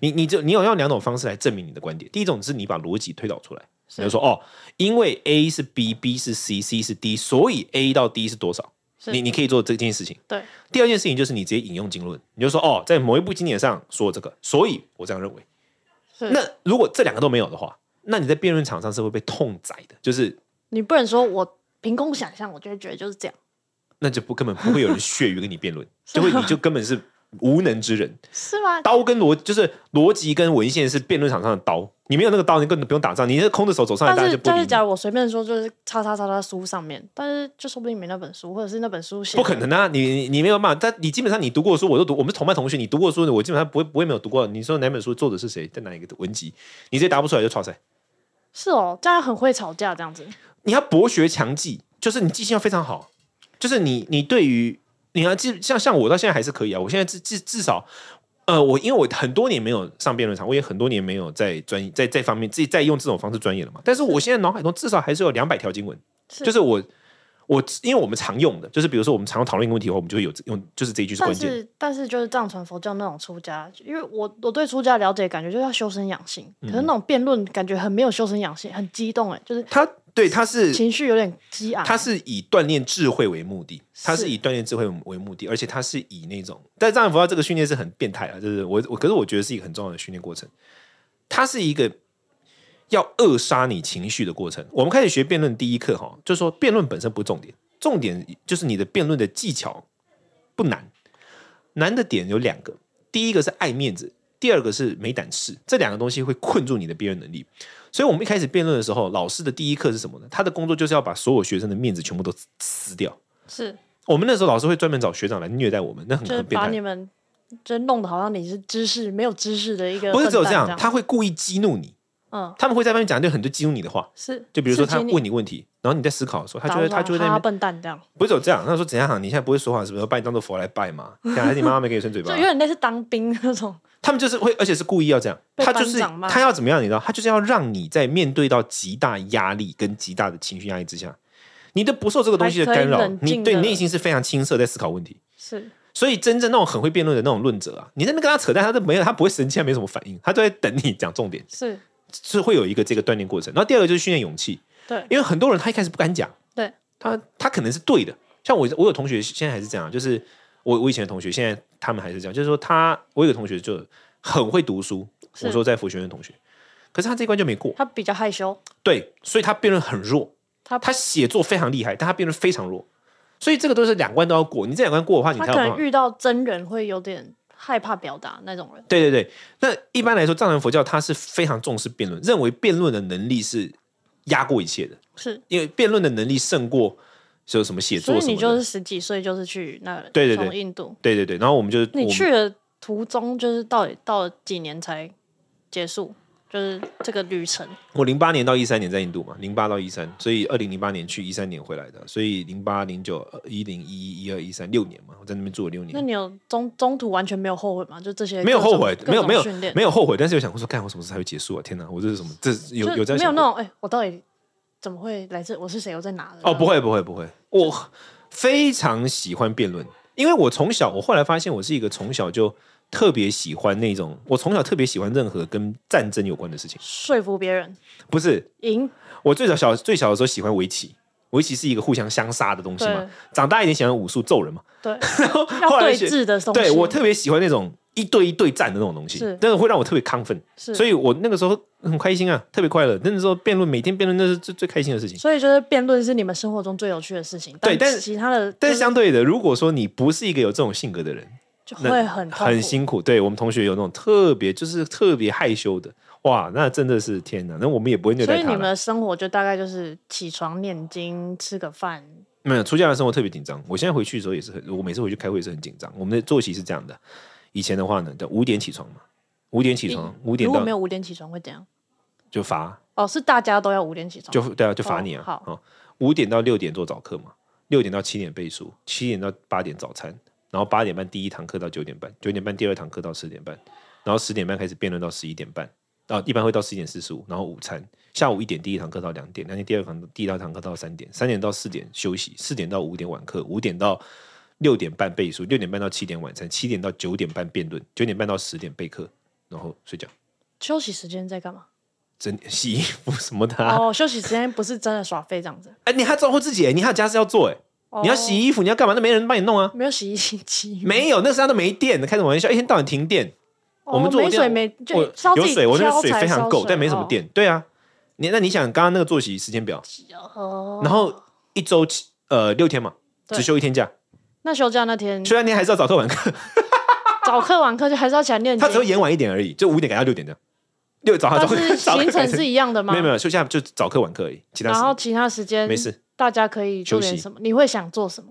S1: 你你这你有用两种方式来证明你的观点。第一种是你把逻辑推导出来，
S2: 是
S1: 你就说哦，因为 A 是 B，B 是 C，C 是 D，所以 A 到 D 是多少？
S2: 是
S1: 你你可以做这件事情。
S2: 对
S1: 第二件事情就是你直接引用经论，你就说哦，在某一部经典上说这个，所以我这样认为。
S2: 是
S1: 那如果这两个都没有的话，那你在辩论场上是会被痛宰的，就是
S2: 你不能说我凭空想象，我就会觉得就是这样。
S1: 那就不根本不会有人屑于跟你辩 论，就会你就根本是无能之人。
S2: 是吗？
S1: 刀跟逻就是逻辑跟文献是辩论场上的刀，你没有那个刀，你根本不用打仗，你是空着手走上来，大
S2: 但
S1: 家
S2: 是
S1: 就不
S2: 但
S1: 理
S2: 是，
S1: 你。
S2: 假如我随便说，就是叉叉叉叉书上面，但是就说不定没那本书，或者是那本书写
S1: 不可能啊！你你你没有办法，但你基本上你读过书，我都读，我们是同班同学，你读过书，我基本上不会不会没有读过。你说哪本书，作者是谁，在哪一个文集，你直接答不出来就超赛。
S2: 是哦，这样很会吵架这样子。
S1: 你要博学强记，就是你记性要非常好，就是你你对于你要记，像像我到现在还是可以啊，我现在至至至少。呃，我因为我很多年没有上辩论场，我也很多年没有在专在这方面自己在用这种方式钻研了嘛。但是我现在脑海中至少还是有两百条经文，
S2: 是
S1: 就是我我因为我们常用的，就是比如说我们常用讨论一个问题的话，我们就会有这用就是这一句是关
S2: 但
S1: 键的。
S2: 是但是就是藏传佛教那种出家，因为我我对出家了解，感觉就是要修身养性。
S1: 嗯
S2: 可是那种辩论感觉很没有修身养性，很激动哎，就是
S1: 他对他是
S2: 情绪有点激昂。
S1: 它是以锻炼智慧为目的，它是
S2: 是
S1: 以锻炼智慧为目的，而且它是以那种，但藏传佛教这个训练是很变态啊，就是我我，可是我觉得是一个很重要的训练过程，它是一个要扼杀你情绪的过程。我们开始学辩论第一课哈，就是说辩论本身不是重点，重点就是你的辩论的技巧不难，难的点有两个，第一个是爱面子，第二个是没胆识，这两个东西会困住你的辩论能力。所以我们一开始辩论的时候，老师的第一课是什么呢？他的工作就是要把所有学生的面子全部都撕掉。
S2: 是，
S1: 我们那时候老师会专门找学长来虐待我们，那很
S2: 就是
S1: 很变
S2: 把你
S1: 态。
S2: 们就弄得好像你是知识没有知识的一个
S1: 不是只有
S2: 笨
S1: 这
S2: 蛋
S1: 样，他会故意激怒你，
S2: 嗯
S1: 他们会在外面讲一堆很多激怒你的话。
S2: 是，
S1: 就比如说他
S2: 刺激
S1: 问你问题，然后你在思考的时候，他
S2: 打
S1: 就
S2: 我
S1: 会
S2: 说
S1: 他就会在那
S2: 哈
S1: 边
S2: 笨蛋这样，
S1: 不是只有这样，他说怎样啊？你现在不会说话是不是？把你当做佛来拜嘛？想还是你妈妈没给你伸嘴
S2: 就
S1: 巴
S2: 有？点类似当兵 那种。
S1: 他们就是会，而且是故意要这样。
S2: 被
S1: 他就是
S2: 班长骂
S1: 他要怎么样，你知道？他就是要让你在面对到极大压力跟极大的情绪压力之下，你都不受这个东西的
S2: 还可以
S1: 干扰
S2: 冷，静
S1: 你对
S2: 地
S1: 你内心是非常青涩，在思考问题。
S2: 是，
S1: 所以真正那种很会辩论的那种论者啊，你在那边跟他扯淡，他都没有，他不会生气，他没什么反应，他都在等你讲重点，
S2: 是
S1: 是会有一个这个锻炼过程。然后第二个就是训练勇气，
S2: 对
S1: 因为很多人他一开始不敢讲，
S2: 对，
S1: 他他可能是对的。像我，我有同学现在还是这样，啊就是我我以前的同学，现在他们还是这样，就是说他我有个同学就很会读书，
S2: 是
S1: 我说在佛学院的同学，可是他这一关就没过，
S2: 他比较害羞，
S1: 对，所以他辩论很弱，
S2: 他
S1: 他写作非常厉害，但他辩论非常弱，所以这个都是两关都要过，你这两关过的话，你哦才
S2: 他
S1: 有
S2: 可
S1: 办
S2: 能
S1: 法。
S2: 遇到真人会有点害怕表达那种人。
S1: 对对对，那一般来说，藏传佛教他是非常重视辩论，认为辩论的能力是压过一切的，
S2: 是，
S1: 因为辩论的能力胜过有什么写作
S2: 所
S1: 什么的。
S2: 以你就是十几岁就是去那个
S1: 对对对
S2: 从印度，
S1: 对对对，然后我们就是
S2: 你
S1: 我们
S2: 去的途中就是到底到了几年才结束，就是这个旅程。
S1: 我零八年到一三年在印度嘛，零八到一三，所以二零零八年去，一三年回来的，所以零八、零九、一零、一一、一二、一三六年嘛，我在那边住了六
S2: 那
S1: 年，
S2: 你有中中途完全没有后悔吗？就这些
S1: 没有
S2: 各种
S1: 后悔，
S2: 各
S1: 没有
S2: 种
S1: 没有
S2: 训练
S1: 没有后悔，但是有想过说，干我什么时候才会结束啊？天哪，我这是什么？这是有
S2: 就
S1: 有这样
S2: 没有
S1: 想过
S2: 那种哎、我到底怎么会来这？我是谁？我在哪？
S1: 哦，不，会不会不会，我非常喜欢辩论，因为我从小我后来发现我是一个从小就特别喜欢那种，我从小特别喜欢任何跟战争有关的事情，
S2: 说服别人
S1: 不是
S2: 赢
S1: 我最早小最小的时候喜欢围棋，围棋是一个互相相杀的东西嘛
S2: 对。
S1: 长大一点喜欢武术揍人嘛。
S2: 对，
S1: 然后后
S2: 要
S1: 来
S2: 对
S1: 学
S2: 峙的东西。
S1: 对我特别喜欢那种一对一对战的那种东西
S2: 是，
S1: 那个会让我特别亢奋。
S2: 是
S1: 所以我那个时候很开心啊，特别快乐。那个时候辩论，每天辩论那是最最开心的事情。
S2: 所以就是辩论是你们生活中最有趣的事情。
S1: 对但是
S2: 其他的，
S1: 但
S2: 就是
S1: 相对的，如果说你不是一个有这种性格的人，
S2: 就
S1: 那
S2: 会很痛苦
S1: 很辛苦。对我们同学有那种特别就是特别害羞的，哇，那真的是天哪！那我们也不会虐
S2: 所
S1: 待
S2: 以
S1: 他
S2: 你们
S1: 啦。
S2: 的生活就大概就是起床念经、吃个饭，
S1: 没有出家的生活特别紧张。我现在回去的时候也是很，我每次回去开会也是很紧张。我们的作息是这样的，以前的话呢，五点起床嘛，五点起床，五点
S2: 如果
S1: 到
S2: 没有五点起床会怎样？
S1: 就罚，
S2: 哦，是大家都要五点起床，
S1: 就对啊，就罚
S2: 哦
S1: 你啊。
S2: 好
S1: 哦，五点到六点做早课嘛，六点到七点背书，七点到八点早餐，然后八点半第一堂课到九点半，九点半第二堂课到十点半，然后十点半开始辩论到十一点半，啊，一般会到十一点四十五，然后午餐，下午一点第一堂课到两点，两点第二堂第二堂课到三点，三点到四点休息，四点到五点晚课，五点到六点半背书，六点半到七点晚餐，七点到九点半辩论，九点半到十点备课，然后睡觉。
S2: 休息时间在干嘛？
S1: 整 洗衣服什么的、啊，
S2: 哦，休息时间不是真的耍废这样子，
S1: 哎、你还要照顾自己、你还有家事要做、哎、
S2: 哦
S1: 你要洗衣服，你要干嘛？那没人帮你弄啊，
S2: 没有洗衣机，
S1: 没有，那时候都没电，开什么玩笑？一天到晚停电，
S2: 哦
S1: 我们做
S2: 没水
S1: 电
S2: 没
S1: 我
S2: 就烧自
S1: 有
S2: 己
S1: 水，我那
S2: 烧
S1: 个水
S2: 柴
S1: 非常
S2: 烧
S1: 够，
S2: 水
S1: 但没什么。电。对啊，你那你想刚刚那个作息时间表，
S2: 哦，
S1: 然后一周七呃六天嘛，
S2: 对嗯
S1: 只休一天假，
S2: 那休假那天
S1: 虽然你还是要早课晚课，
S2: 早课晚课就还是要起来念经
S1: 他只，会延晚一点而已，就五点改到六点这样。六早
S2: 但
S1: 早课
S2: 是
S1: 早
S2: 行
S1: 课
S2: 程是一样的吗？
S1: 没有没有，休假就早课晚课而已，其他
S2: 然
S1: 时
S2: 后其他时间
S1: 没事，
S2: 大家可以做点
S1: 休息
S2: 什么？你会想做什么？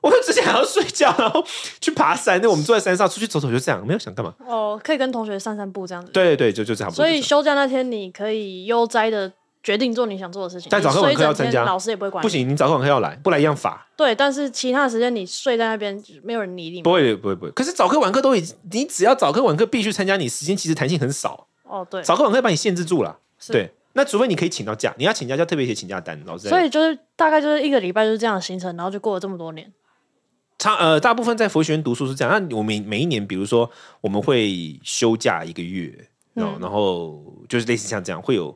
S1: 我只想要睡觉，然后去爬山。那我们坐在山上出去走走就这样，没有想干嘛。
S2: 哦，可以跟同学散散步这样子。
S1: 对对对，就就差不多。
S2: 所以休假那天你可以悠哉的决定做你想做的事情，
S1: 但早课
S2: 你
S1: 晚
S2: 睡
S1: 课要
S2: 整
S1: 参
S2: 天
S1: 加
S2: 老师也不会管你。
S1: 不行，你早课晚课要来，不来一样罚。
S2: 对，但是其他时间你睡在那边，没有人理你嘛。
S1: 不会不会不会。可是早课晚课都已，你只要早课晚课必须参加，你时间其实弹性很少。
S2: 哦，对，
S1: 早课晚课把你限制住了，
S2: 是
S1: 对。那除非你可以请到假，你要请假就要特别写请假单，老师。
S2: 所以就是大概就是一个礼拜就是这样的行程，然后就过了这么多年。
S1: 差呃，大部分在佛学院读书是这样。那我们每一年，比如说我们会休假一个月，然
S2: 嗯
S1: 后、然后就是类似像这样，会有，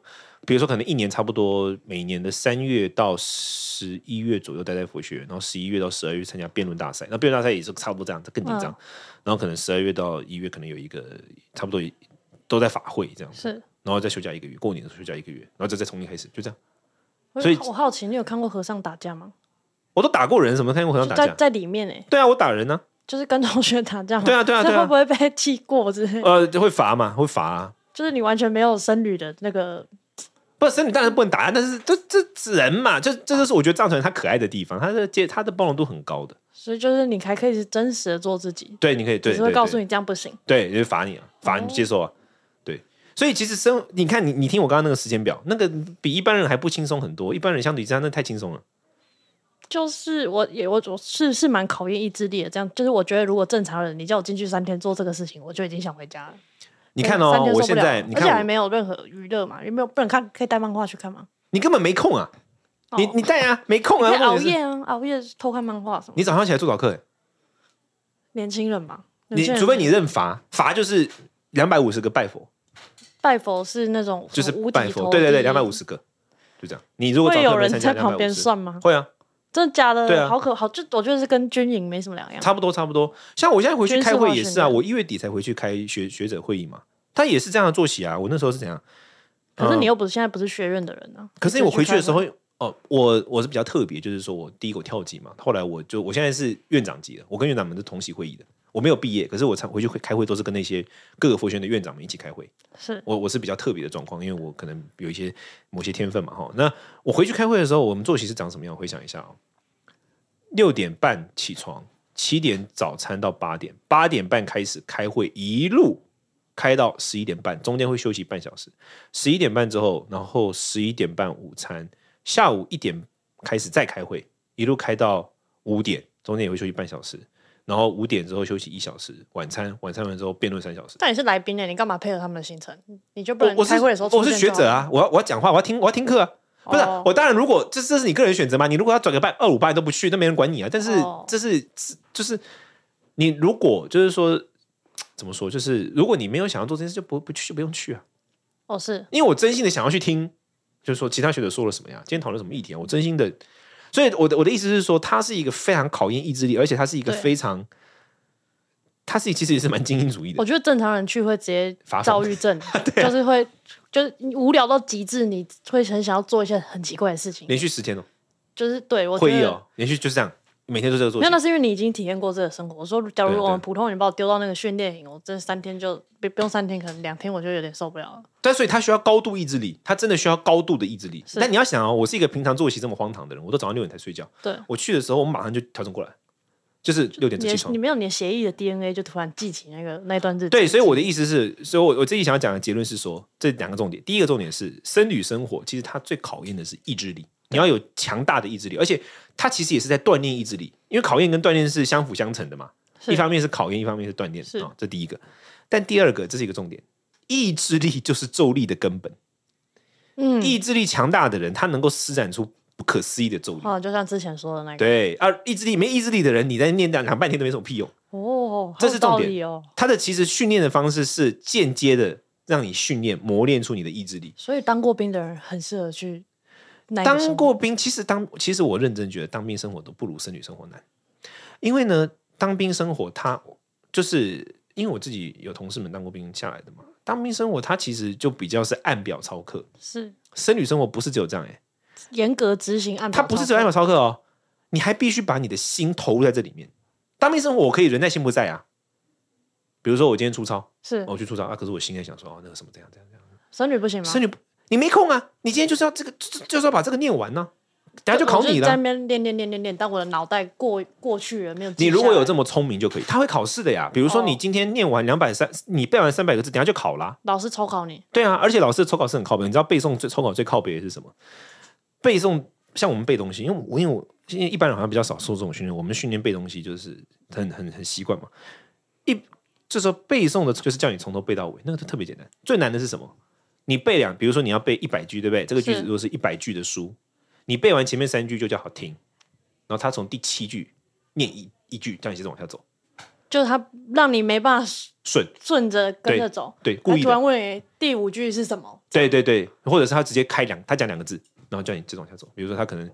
S1: 比如说可能一年差不多每年的三月到十一月左右待在佛学院，然后十一月到十二月参加辩论大赛。那辩论大赛也是差不多这样，更紧
S2: 哦
S1: 张。然后可能十二月到一月可能有一个差不多一都在法会这样，
S2: 是，
S1: 然后再休假一个月，过年的时候休假一个月，然后再再重新开始，就这样。
S2: 我
S1: 所以
S2: 我好奇，你有看过和尚打架吗？
S1: 我都打过人，什么看过和
S2: 就
S1: 尚打
S2: 在
S1: 架？
S2: 在里面哎、
S1: 对啊，我打人呢、
S2: 就是跟同学打架吗？
S1: 对啊对啊
S2: 这
S1: 对啊
S2: 会不会被记过之类的？
S1: 呃，会罚嘛，会罚、啊。
S2: 就是你完全没有僧侣的那个，
S1: 不是，身体当然不能打但是这这这人嘛，这这就是我觉得藏传人他可爱的地方，他的接他的包容度很高的。
S2: 所以就是你还可以是真实的做自己，
S1: 对，你可以对，
S2: 只是会
S1: 对
S2: 告诉你这哦样不行。
S1: 对，对就罚你啊，罚你接受啊。对，所以其实生，你看你你听我刚刚那个时间表，那个比一般人还不轻松很多。一般人相比之下，那太轻松了。
S2: 就是我也我我是是蛮考验意志力的，这样就是我觉得如果正常人，你叫我进去三天做这个事情，我就已经想回家了。
S1: 你看
S2: 哎三
S1: 哦，
S2: 天
S1: 我
S2: 受不
S1: 现
S2: 了
S1: 在你
S2: 而且还
S1: 看我，
S2: 没有任何娱乐嘛，也没有不能看，可以带漫画去看吗？
S1: 你根本没空啊，你
S2: 哦
S1: 你带啊，没空啊，
S2: 可以熬
S1: 或者是
S2: 夜啊，熬夜偷看漫画什么？
S1: 你早上起来做早课、欸，
S2: 年轻人嘛，
S1: 你
S2: 有些人
S1: 除非你认罚，罚就是两百五十个拜佛，
S2: 拜佛是那种
S1: 就是
S2: 什么五体
S1: 拜佛，
S2: 投
S1: 对对对，
S2: 地
S1: 两百五，十个，就这样。你如果早
S2: 会
S1: 课
S2: 有
S1: 没
S2: 人
S1: 参加
S2: 在旁边
S1: 250
S2: 算吗？
S1: 会啊，
S2: 真的假的？
S1: 对啊
S2: 好可好，就我觉得是跟军营没什么两样。
S1: 差不多差不多。像我现在回去
S2: 军事
S1: 开会
S2: 化
S1: 也
S2: 训
S1: 是啊，
S2: 练
S1: 我一月底才回去开学学者会议嘛，他也是这样的作息啊。我那时候是怎样？
S2: 可是
S1: 嗯
S2: 你又不是现在不是学院的人啊。
S1: 可是我回去的时
S2: 你
S1: 候，哦，我我是比较特别，就是说我第一个我跳级嘛，后来我就我现在是院长级的，我跟院长们是同席会议的。我没有毕业，可是我常回去会开会都是跟那些各个佛学院的院长们一起开会。
S2: 自己去开会
S1: 我我是比较特别的状况，因为我可能有一些某些天分嘛哈。那我回去开会的时候，我们作息是长什么样？回想一下哦，六点半起床，七点早餐到八点，八点半开始开会，一路开到十一点半，中间会休息半小时。十一点半之后，然后十一点半午餐，下午一点开始再开会，一路开到五点，中间也会休息半小时。然后五点之后休息一小时，晚餐晚餐完之后辩论三小时
S2: 是，。但你是来宾欸呢，你干嘛配合他们的行程？你就不
S1: 我
S2: 能
S1: 我是
S2: 开会的时候
S1: 我是
S2: 出现
S1: 学
S2: 就好
S1: 者，啊，我要我要讲话，我要听我要听课啊。不是啊、
S2: 哦
S1: 我当然如果这这是你个人选择嘛，你如果要转个班二五班都不去，那没人管你啊。但是
S2: 哦
S1: 这是、是就是你如果就是说怎么说，就是如果你没有想要做这件事，就不不去就不用去啊。
S2: 哦是
S1: 因为我真心的想要去听，就是说其他学者说了什么呀，今天讨论什么议题啊，我真心的。所以我的我的意思是说，它是一个非常考验意志力，而且它是一个
S2: 对
S1: 非常，它是其实也是蛮精英主义的
S2: 我。觉得正常人去会直接
S1: 罚款
S2: 躁郁症， 就是会就是你无聊到极致，你会很想要做一些很奇怪的事情。
S1: 连续十天哦，
S2: 就是对我觉
S1: 会议哦
S2: 得
S1: 哦，连续就是这样，每天都这个作
S2: 没
S1: 息
S2: 有，。那是因为你已经体验过这个生活。我说，假
S1: 对
S2: 如我们
S1: 对
S2: 普通人把我丢到那个训练营，我这三天就不不用三天，可能两天我就有点受不了了。
S1: 但所以他需要高度意志力，他真的需要高度的意志力。
S2: 是
S1: 但你要想哦，我是一个平常作息这么荒唐的人，我都早上六点才睡觉。
S2: 对，
S1: 我去的时候，我马上就调整过来，就是六点
S2: 你
S1: 就
S2: 的
S1: 起床
S2: 你。没有你的协议的 DNA，就突然记起那个那段日子。
S1: 对，所以我的意思是，所以我我自己想要讲的结论是说，这两个重点。第一个重点是，僧侣生活其实它最考验的是意志力，你要有强大的意志力，而且它其实也是在锻炼意志力，因为考验跟锻炼是相辅相成的嘛。
S2: 是
S1: 一方面是考验，一方面是锻炼
S2: 是
S1: 啊、这第一个。但第二个，这是一个重点，意志力就是咒力的根本。
S2: 嗯，
S1: 意志力强大的人，他能够施展出不可思议的咒力。
S2: 哦，就像之前说的那个，
S1: 对，而意志力没意志力的人，你在念两讲半天都没什么屁用。
S2: 哦，
S1: 这是重
S2: 好有道
S1: 点
S2: 理哦。
S1: 他的其实训练的方式是间接的让你训练磨练出你的意志力。
S2: 所以当过兵的人很适合去那个生
S1: 当
S2: 活
S1: 过兵，其实当其实我认真觉得当兵生活都不如僧侣生活难，因为呢，当兵生活它就是因为我自己有同事们当过兵下来的嘛，当兵生活它其实就比较是按表操课，
S2: 是
S1: 僧侣生活不是只有这样哎、
S2: 严格执行按
S1: 它
S2: 表操课，
S1: 不是只有按表操课哦，你还必须把你的心投入在这里面。当兵生活我可以人在心不在啊，比如说我今天出操，
S2: 是
S1: 我去出操啊，可是我心里想说哦那个什么这样这样这样。
S2: 僧侣不行吗？
S1: 剩女不，你没空啊！你今天就是要这个，就就是要把这个念完呢、等下就考
S2: 我
S1: 你
S2: 在那
S1: 了。
S2: 边练练练练练，但我的脑袋过过去了，没有记
S1: 你
S2: 下来。
S1: 如果有这么聪明就可以，他会考试的呀。比如说
S2: 哦
S1: 你今天念完两百三，你背完三百个字，等下就考啊啦。
S2: 老师抽考你，
S1: 对啊，而且老师的抽考是很靠背，你知道背诵最抽考最靠背的是什么？背诵像我们背东西，因为我因为我现在一般人好像比较少受这种训练，我们训练背东西就是很很很习惯嘛。一这时候背诵的就是叫你从头背到尾，那个就特别简单。最难的是什么？你背两，比如说你要背一百句，对不对？这个句
S2: 是
S1: 子如果是一百句的书，你背完前面三句就叫好听，然后他从第七句念一一句，叫你接着往下走，
S2: 就是他让你没办法
S1: 顺
S2: 顺着跟着走，
S1: 对，故
S2: 他
S1: 意
S2: 突
S1: 的
S2: 然。问你第五句是什么，
S1: 对对对，或者是他直接开两，他讲两个字，然后叫你接着往下走。比如说他可能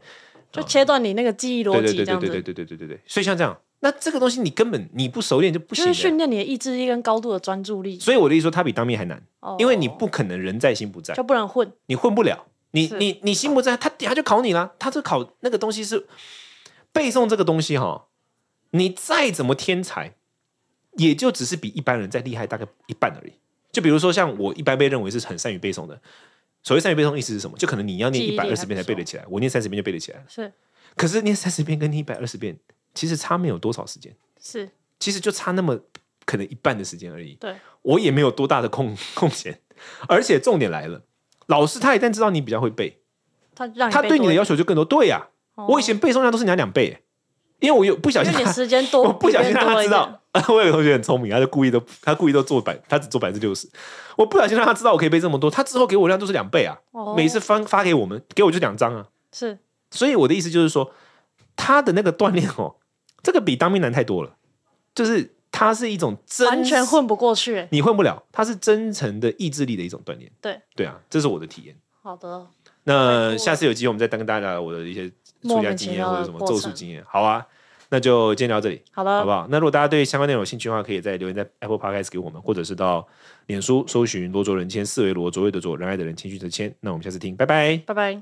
S2: 就切断你那个记忆逻
S1: 对
S2: 辑，
S1: 对对
S2: 这样
S1: 对对
S2: 子
S1: 对对对对对对，所以像这样，那这个东西你根本你不熟练就不
S2: 就
S1: 行
S2: 是
S1: 的。
S2: 训练你的意志力跟高度的专注力，
S1: 所以我的意思说，它比当兵还难，
S2: 哦
S1: 因为你不可能人在心不在
S2: 就，不能混，
S1: 你混不了，你
S2: 是
S1: 你你心不在，他他就考你啦，他就考那个东西是背诵这个东西哈，你再怎么天才，也就只是比一般人再厉害大概一半而已。就比如说像我一般被认为是很善于背诵的，所谓善于背诵意思是什么？就可能你要念
S2: 记
S1: 一
S2: 忆力
S1: 百二十
S2: 还
S1: 遍
S2: 不
S1: 才背得
S2: 错
S1: 起来，我念三十遍就背得起来了。
S2: 是
S1: 可是念三十遍跟念一百二十遍其实差没有多少时间。
S2: 是，
S1: 其实就差那么可能一半的时间而已。
S2: 对，
S1: 我也没有多大的空空闲，而且重点来了，老师他一旦知道你比较会背，
S2: 他让
S1: 他
S2: 啊背
S1: 对你
S2: 多
S1: 的
S2: 一
S1: 要
S2: 点，
S1: 求就更多。对呀、
S2: 哦
S1: 我以前背诵量都是你那两倍，因为我有不小心
S2: 因为你
S1: 他
S2: 时间多，
S1: 我不小心
S2: 比别
S1: 让
S2: 人多
S1: 他
S2: 一
S1: 知
S2: 点
S1: 道， 我有个同学很聪明，他就故意都他故意都做百，他只做百分之六十。我不小心让他知道我可以背这么多，他之后给我量都是两倍啊，
S2: 哦
S1: 每次发发给我们给我就两张啊。
S2: 是
S1: 所以我的意思就是说，他的那个锻炼哦，这个比当兵难太多了，就是它是一种真
S2: 完全混不过去。欸
S1: 你混不了，它是真诚的意志力的一种锻炼。
S2: 对
S1: 对啊，这是我的体验。
S2: 好的，
S1: 那下次有机会我们再跟大家聊我的一些出家经验
S2: 莫
S1: 或者什
S2: 名其妙的
S1: 么
S2: 过
S1: 咒
S2: 程
S1: 术经验。好啊，那就今天聊到这里，
S2: 好的
S1: 好不好？那如果大家对相关内容有兴趣的话，可以在留言在 Apple Podcast 给我们，或者是到脸书搜寻“罗卓人谦”，四维罗卓越的卓，仁爱的人，谦虚的谦。那我们下次听，拜拜。
S2: 拜拜。